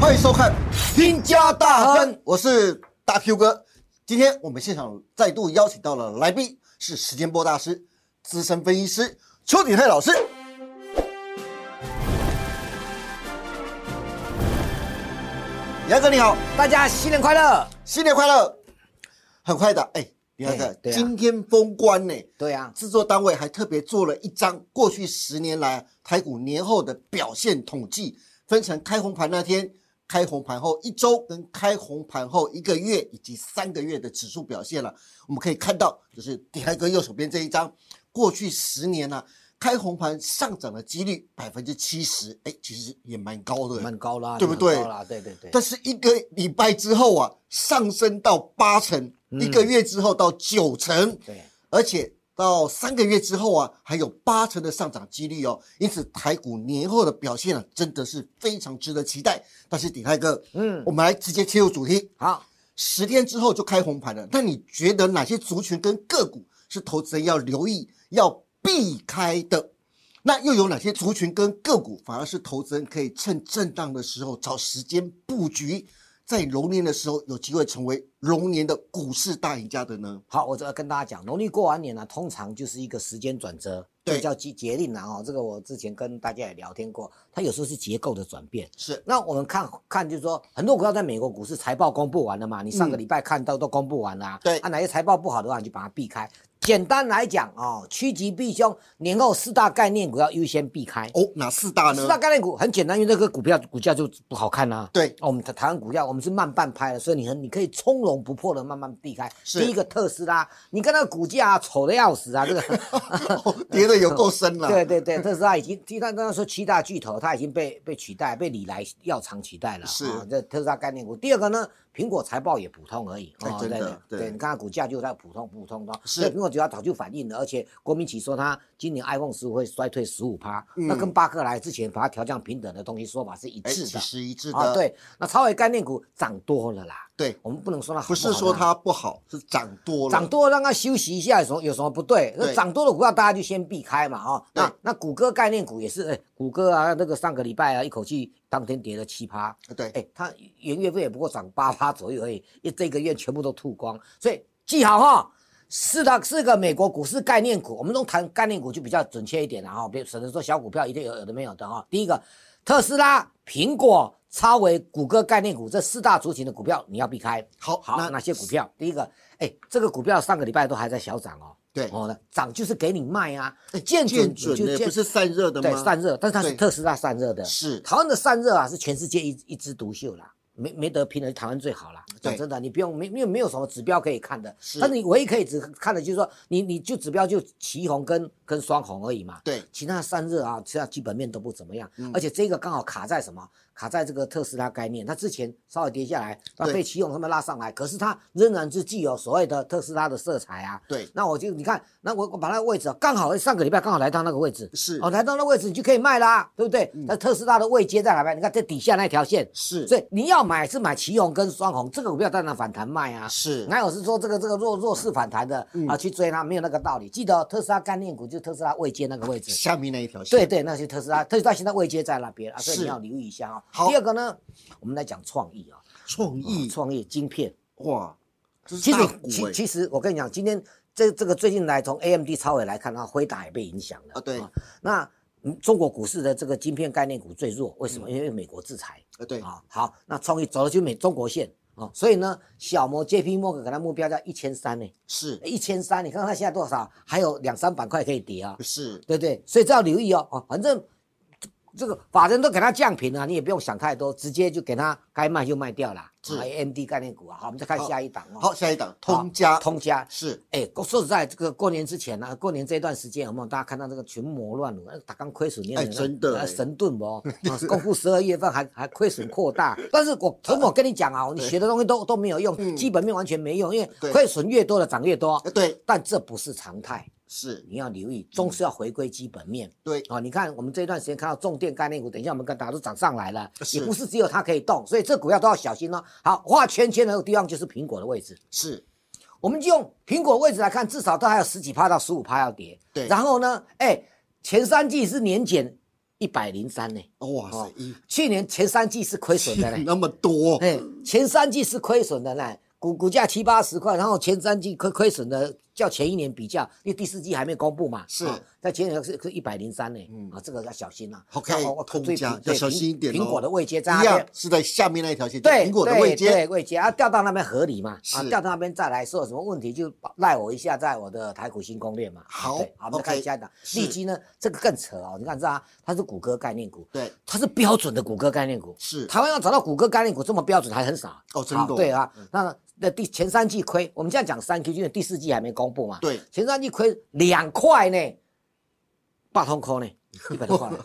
欢迎收看《拼家大亨》，我是大 Q 哥。今天我们现场再度邀请到了来宾是时间波大师、资深分析师邱鼎泰老师。杨哥你好，大家新年快乐！新年快乐！很快的，哎，杨哥，哎对啊今天封关呢、对啊，制作单位还特别做了一张过去十年来台股年后的表现统计，分成开红盘那天、开红盘后一周跟开红盘后一个月以及三个月的指数表现了。我们可以看到，就是底台哥右手边这一张，过去十年呢、开红盘上涨的几率百分之七十，哎，其实也蛮高的，蛮高啦，对不对蛮高啦，对对对。但是一个礼拜之后啊，上升到八成，嗯一个月之后到九成，对，而且到三个月之后啊，还有八成的上涨几率哦。因此，台股年后的表现啊，真的是非常值得期待。但是，鼎泰哥，嗯我，们来直接切入主题，好，十天之后就开红盘了。那你觉得哪些族群跟个股是投资人要留意、要避开的？那又有哪些族群跟个股反而是投资人可以趁震荡的时候找时间布局，在龙年的时候有机会成为龙年的股市大赢家的呢？好，我就要跟大家讲，农历过完年呢、啊通常就是一个时间转折，对这叫季节令啊。哦，这个我之前跟大家也聊天过，它有时候是结构的转变。是那我们看看，就是说，很多股票在美国股市财报公布完了嘛，你上个礼拜看到都公布完了、啊嗯对啊，哪些财报不好的话，你就把它避开。简单来讲哦，趋吉避凶，年后四大概念股要优先避开。哦，哪四大呢四？大概念股很简单，因为这个股票股价就不好看啦、 对，哦，我们台台湾股票我们是慢半拍的，所以你很你可以从容不迫的慢慢避开。是第一个特斯拉，你看那个股价、啊、丑的要死啊，这个哦跌的有够深了。 对，对对，特斯拉已经，听他刚刚说七大巨头，它已经被被取代，被李来药厂取代了。是啊这特斯拉概念股。第二个呢，苹果财报也普通而已。哦哎真的对对对对，你看它股价就在普通普通的。哦是所以苹果主要早就反映了，而且国民企说它今年 iPhone 十五会衰退十五趴，嗯那跟巴克莱之前把它调降平等的东西说法是一哎，致其的。实一致的。啊，对，那超微概念股涨多了啦，对，我们不能说它好不是好说啦它不好，是涨多了。涨多了让它休息一下，有什么有什么不对？那对涨多的股票大家就先避开嘛，哦。那对那谷歌概念股也是，哎，谷歌啊，那个上个礼拜啊，一口气当天跌了七趴，对，哎，它元月份也不过涨八趴左右而已，一这个月全部都吐光，所以记好哈。四大四个美国股市概念股，我们都谈概念股就比较准确一点了哈，别省得说小股票一定有有的没有的哈。第一个，特斯拉、苹果、超微、谷歌概念股这四大族群的股票你要避开。好，好，那哪些股票？第一个，哎，这个股票上个礼拜都还在小涨哦。对哦，那涨就是给你卖啊哎，见见准准就呢，见不是散热的吗？对散热，但是它是对特斯拉散热的。是台湾的散热啊，是全世界一一枝独秀啦，没没得拼的，台湾最好啦。对讲真的，你不用没没有没有什么指标可以看的，是但是你唯一可以只看的就是说，你你就指标就旗红跟跟双红而已嘛。对，其他散热啊，其他基本面都不怎么样，嗯而且这个刚好卡在什么？卡在这个特斯拉概念，它之前稍微跌下来，它对被奇勇他们拉上来，可是它仍然是具有所谓的特斯拉的色彩啊。对，那我就你看，那我我把那个位置啊刚好上个礼拜刚好来到那个位置，是嗯哦，来到那位置你就可以卖啦，对不对？那、特斯拉的位阶在哪边？你看这底下那条线，是所以你要买是买旗红跟双红，这个股票当然反弹卖啊。是嗯哪有是说这个这个弱弱势反弹的、啊去追它没有那个道理？记得哦、特斯拉概念股就是特斯拉位阶那个位置，下面那一条线。对对，那些特斯拉，特斯拉现在位阶在那边啊，所以是你要留意一下啊、好嗯第二个呢，我们来讲创意啊、创意创意晶片，哇，这是其实大股其哎其实我跟你讲，今天这这个最近来从 AMD 超伟来看啊，辉达也被影响了啊，对，那嗯中国股市的这个晶片概念股最弱，为什么？因为美国制裁啊嗯对，啊。好，那创意走了就美中国线啊，所以呢，小摩 JP Morgan 给它目标价一千三呢，是一千三，你看看它现在多少？还有两三板块可以跌啊。是对不对？所以这要留意哦，哦，反正这这个法人都给他降平了、你也不用想太多，直接就给他该卖就卖掉啦。是 m d 概念股啊，好，我们再看下一档哦。好，下一档通家通家。是哎，说实在，这个过年之前呢、啊，过年这段时间有没有大家看到这个群魔乱舞？那打刚亏损，你有没哎有真的呃哎神 盾不？啊公布十二月份还还亏损扩大，但是呃我从我跟你讲啊，你学的东西都都没有用，基本面完全没用，因嗯对为亏损越多的涨越多啊，，对但这不是常态，是你要留意，终是要回归基本面。对哦，你看我们这一段时间看到重电概念股，等一下我们跟大家都涨上来了，呃是也不是只有它可以动，所以这股票都要小心哦。好，画圈圈的地方就是苹果的位置，是我们就用苹果的位置来看，至少都还有十几趴到十五趴要跌。对然后呢，哎，前三季是年减一百零三呢。哇塞哦，一去年前三季是亏损的呢， 那么多，哎，前三季是亏损的呢，股股价七八十块，然后前三季亏亏损的，较前一年比较，因为第四季还没公布嘛，是啊在前一年是是一百零三呢嗯，啊，这个要小心啊。 OK，然后我控对价苹要对小心一点苹哦果的位阶在那一样边。是在下面那一条线，对，苹果的位对阶，位阶啊，掉到那边合理嘛？啊，是掉到那边再来说有什么问题，就赖我一下，在我的台股新攻略嘛。好对好，我们 OK，看下一档，是利基呢，这个更扯哦，你看这啊，它是谷歌概念股，对，它是标准的谷歌概念股，是台湾要找到谷歌概念股这么标准还很少哦真的好对啊，那那第前三季亏，我们现在讲三 Q，因为第四季还没公布嘛。，对，前三季亏两块呢，八通扣呢，一百多块 呢。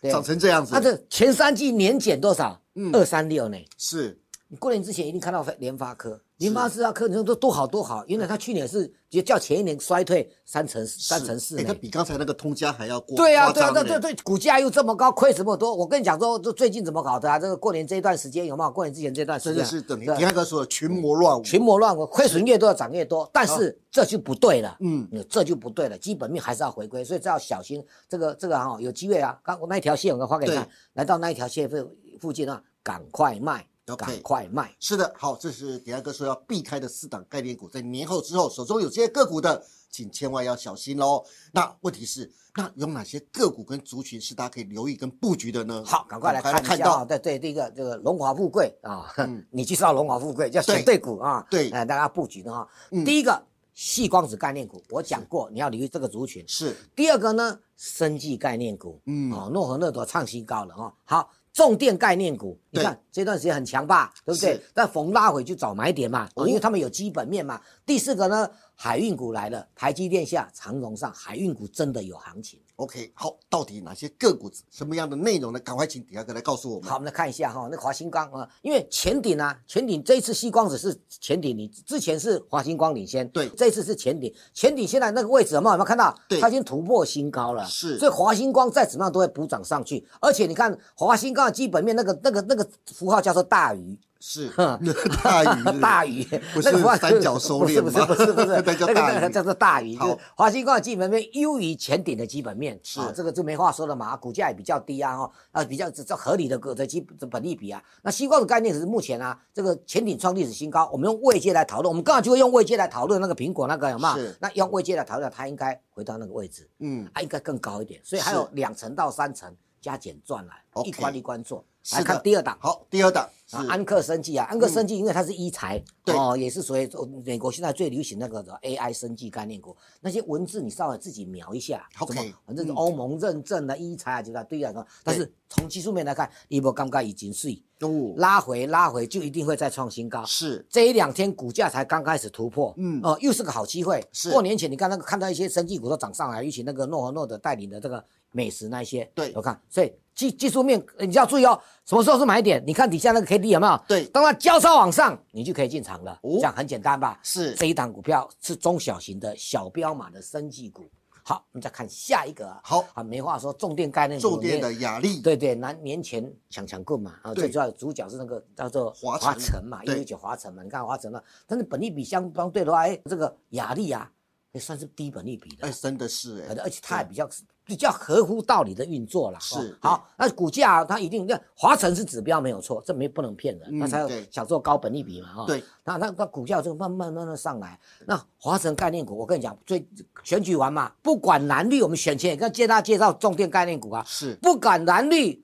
对啊长，成这样子它，这前三季年减多少？嗯二三六呢。是你过年之前一定看到联发科，联发科啊科，你说都多好多好，原来它去年是也较前一年衰退三成三是成四哎呢它。比刚才那个通家还要过，对啊，夸对啊，张欸对嘞对对，股价又这么高，亏这么多。我跟你讲说，这最近怎么搞的啊？这个过年这一段时间有没有？过年之前这段时真间的啊是等于对啊迪安哥说的群魔乱舞，群魔乱舞，亏损越多涨越多，但是这就不对了，嗯，嗯，这就不对了，基本面还是要回归，所以这要小心。这个这个哈、有机会啊，刚我那一条线我刚发给你看对，来到那一条线附附近啊，赶快卖， OK 赶快卖。是的，好，这是迪安哥说要避开的四档概念股，在年后之后手中有这些个股的，请千万要小心喽。那问题是，那有哪些个股跟族群是大家可以留意跟布局的呢？好，赶快来赶看快一下啊！到，对对，第一个这个荣华富贵啊嗯， 你去知道荣华富贵，要选对对股啊，对呃，大家布局的哈嗯。第一个细光子概念股，我讲过，你要留意这个族群。是第二个呢，生技概念股，嗯哦，诺和诺德创新高了哦。好，重电概念股，你对看这段时间很强吧，对不对是？但逢拉回就找买点嘛，哦哦，因为他们有基本面嘛。第四个呢，海运股来了，台积电下，长荣上，海运股真的有行情。 OK。好，到底哪些个股什么样的内容呢？赶快请迪安哥来告诉我们。好，我们来看一下哈、那个华星光啊，因为前顶啊，前顶这一次细光子是前顶，你之前是华星光领先，对这一次是前顶，前顶现在那个位置有没有有没有看到？对它已经突破新高了，是所以华星光再怎么样都会补涨上去，而且你看华星光的基本面那个那个那个符号叫做大鱼， 是哼 大鱼 大鱼，不那个是符号三角收敛不是吗不是不是不是， 那叫那个大那个鱼叫做大鱼，就是好华星光的基本面优于前顶的基本面，是啊这个就没话说了嘛，股价也比较低啊，哦，啊比较这这合理的个的基这本利比啊。那星光的概念是目前啊，这个前顶创历史新高，我们用位阶来讨论，我们刚好就会用位阶来讨论那个苹果那个有没有是？那用位阶来讨论，它应该回到那个位置，嗯，它应该更高一点，所以还有是两层到三层加减赚来， OK 一关一关做。是来看的第二档。好，第二档是啊，安克生技啊，安克生技，因为它是医材，对哦，也是所谓哦美国现在最流行那个的 AI 生技概念股，那些文字你稍微自己描一下 OK，怎么反正是嗯欧盟认证的医材啊，就是对啊，但是从技术面来看，一波刚刚已经是哦，拉回拉回，就一定会再创新高。是这一两天股价才刚开始突破，嗯哦、又是个好机会。是过年前你看那个看到一些生技股都涨上来，尤其那个诺和诺德带领的这个美食那一些，对我看，所以技技术面呃你要注意哦，什么时候是买点？你看底下那个 K D 有没有？对当它交叉往上，你就可以进场了，哦这样很简单吧？是这一档股票是中小型的小标码的生技股。好，我们再看下一个啊，好啊，没话说，重点概念股重点里面的雅力，对对，那年前抢抢棍嘛，啊，对最主要的主角是那个叫做华华晨晨嘛，一对九九华晨嘛，你看华晨嘛，啊但是本利比相相对的话，哎，这个雅力啊，也算是低本利比的哎，，真的是哎，而且它也比较比较合乎道理的运作啦。是哦好，那股价啊它一定，那华晨是指标没有错，这没不能骗人，嗯那才有对想做高本利比嘛，哈。哎对，那那那股价就慢慢慢慢上来。那华晨概念股，我跟你讲，最选举完嘛，不管蓝绿，我们选前也跟介大家介绍重点概念股啊，是不管蓝绿，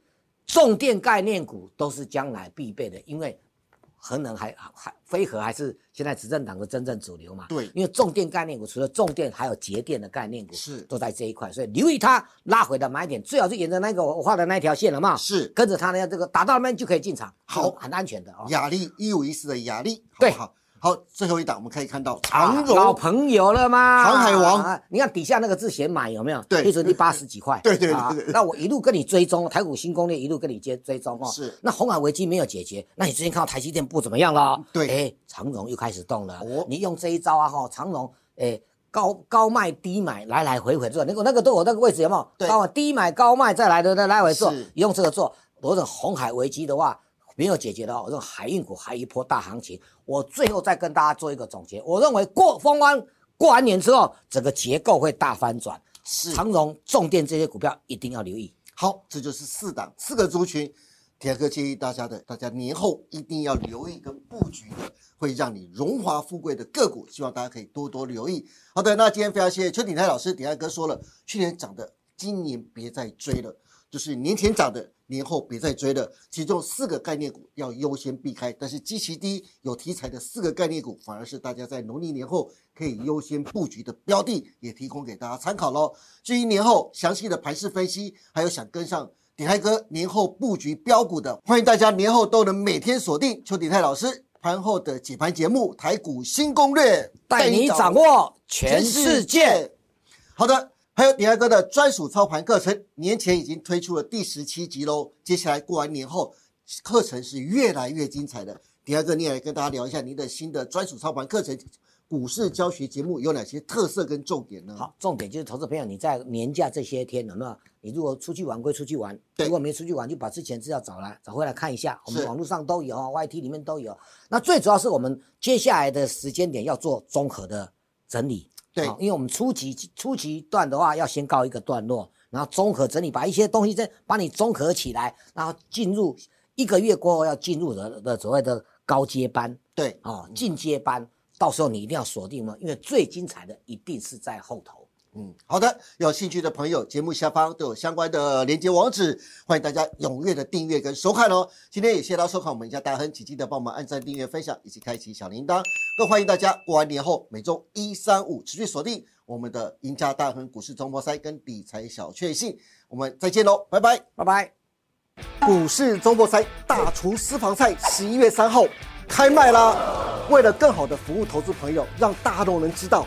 重电概念股都是将来必备的，因为核能还还非核还是现在执政党的真正主流嘛。对因为重电概念股除了重电，还有节电的概念股是都在这一块，所以留意它拉回的买点，最好是沿着那个我我画的那条线了嘛，是跟着它呢，这个打到那边就可以进场，好很安全的哦。雅力一五一四的雅力，好对不好？好，最后一档我们可以看到啊长老荣，朋友了吗？航海王啊，你看底下那个字写买有没有？对一直你八十几块。对对对啊对对那我一路跟你追踪台股新攻略，一路跟你接追踪哦。是那红海危机没有解决，那你最近看到台积电不怎么样了哦？对哎，长荣又开始动了。哦你用这一招啊，哈，长荣，哎。高高卖低买，来来回回做，那个那个对我那个位置有没有？对高啊低买高卖，再来的再来回做是，用这个做。我这种红海危机的话没有解决的话，我认为海运股还一波大行情。我最后再跟大家做一个总结，我认为过封完过完年之后，整个结构会大翻转。是长荣、重电这些股票一定要留意。好，这就是四档四个族群，铁哥建议大家的，大家年后一定要留意跟布局的，会让你荣华富贵的个股，希望大家可以多多留意。好的，那今天非常谢谢邱鼎泰老师，鼎泰哥说了，去年涨的，今年别再追了，就是年前涨的。年后别再追了，其中四个概念股要优先避开，但是基期低有题材的四个概念股反而是大家在农历年后可以优先布局的标的，也提供给大家参考喽。至于年后详细的盘势分析，还有想跟上鼎泰哥年后布局标股的，欢迎大家年后都能每天锁定邱鼎泰老师盘后的解盘节目《台股新攻略》，带你掌握全世界。好的。还有鼎泰哥的专属操盘课程，年前已经推出了第十七集喽。接下来过完年后，课程是越来越精彩的。鼎泰哥，你也来跟大家聊一下您的新的专属操盘课程，股市教学节目有哪些特色跟重点呢？好，重点就是投资朋友，你在年假这些天有没有？你如果出去玩归出去玩，对如果没出去玩，就把之前资料找来找回来看一下，我们是网络上都有哦，YT 里面都有。那最主要是我们接下来的时间点要做综合的整理，对好因为我们初级初级段的话要先告一个段落，然后综合整理，把一些东西再把你综合起来，然后进入一个月过后要进入的的所谓的高阶班，对，哦，进阶班，到时候你一定要锁定嘛，因为最精彩的一定是在后头。嗯，好的，有兴趣的朋友，节目下方都有相关的连接网址，欢迎大家踊跃的订阅跟收看哦。今天也谢谢大家收看我们赢家大亨，请记得帮我们按赞、订阅、分享以及开启小铃铛。更欢迎大家过完年后每周一、三、五持续锁定我们的赢家大亨股市中波赛跟理财小确幸，我们再见喽，拜拜。拜拜。股市周末赛大厨私房菜十一月三号开卖啦！为了更好的服务投资朋友，让大众能知道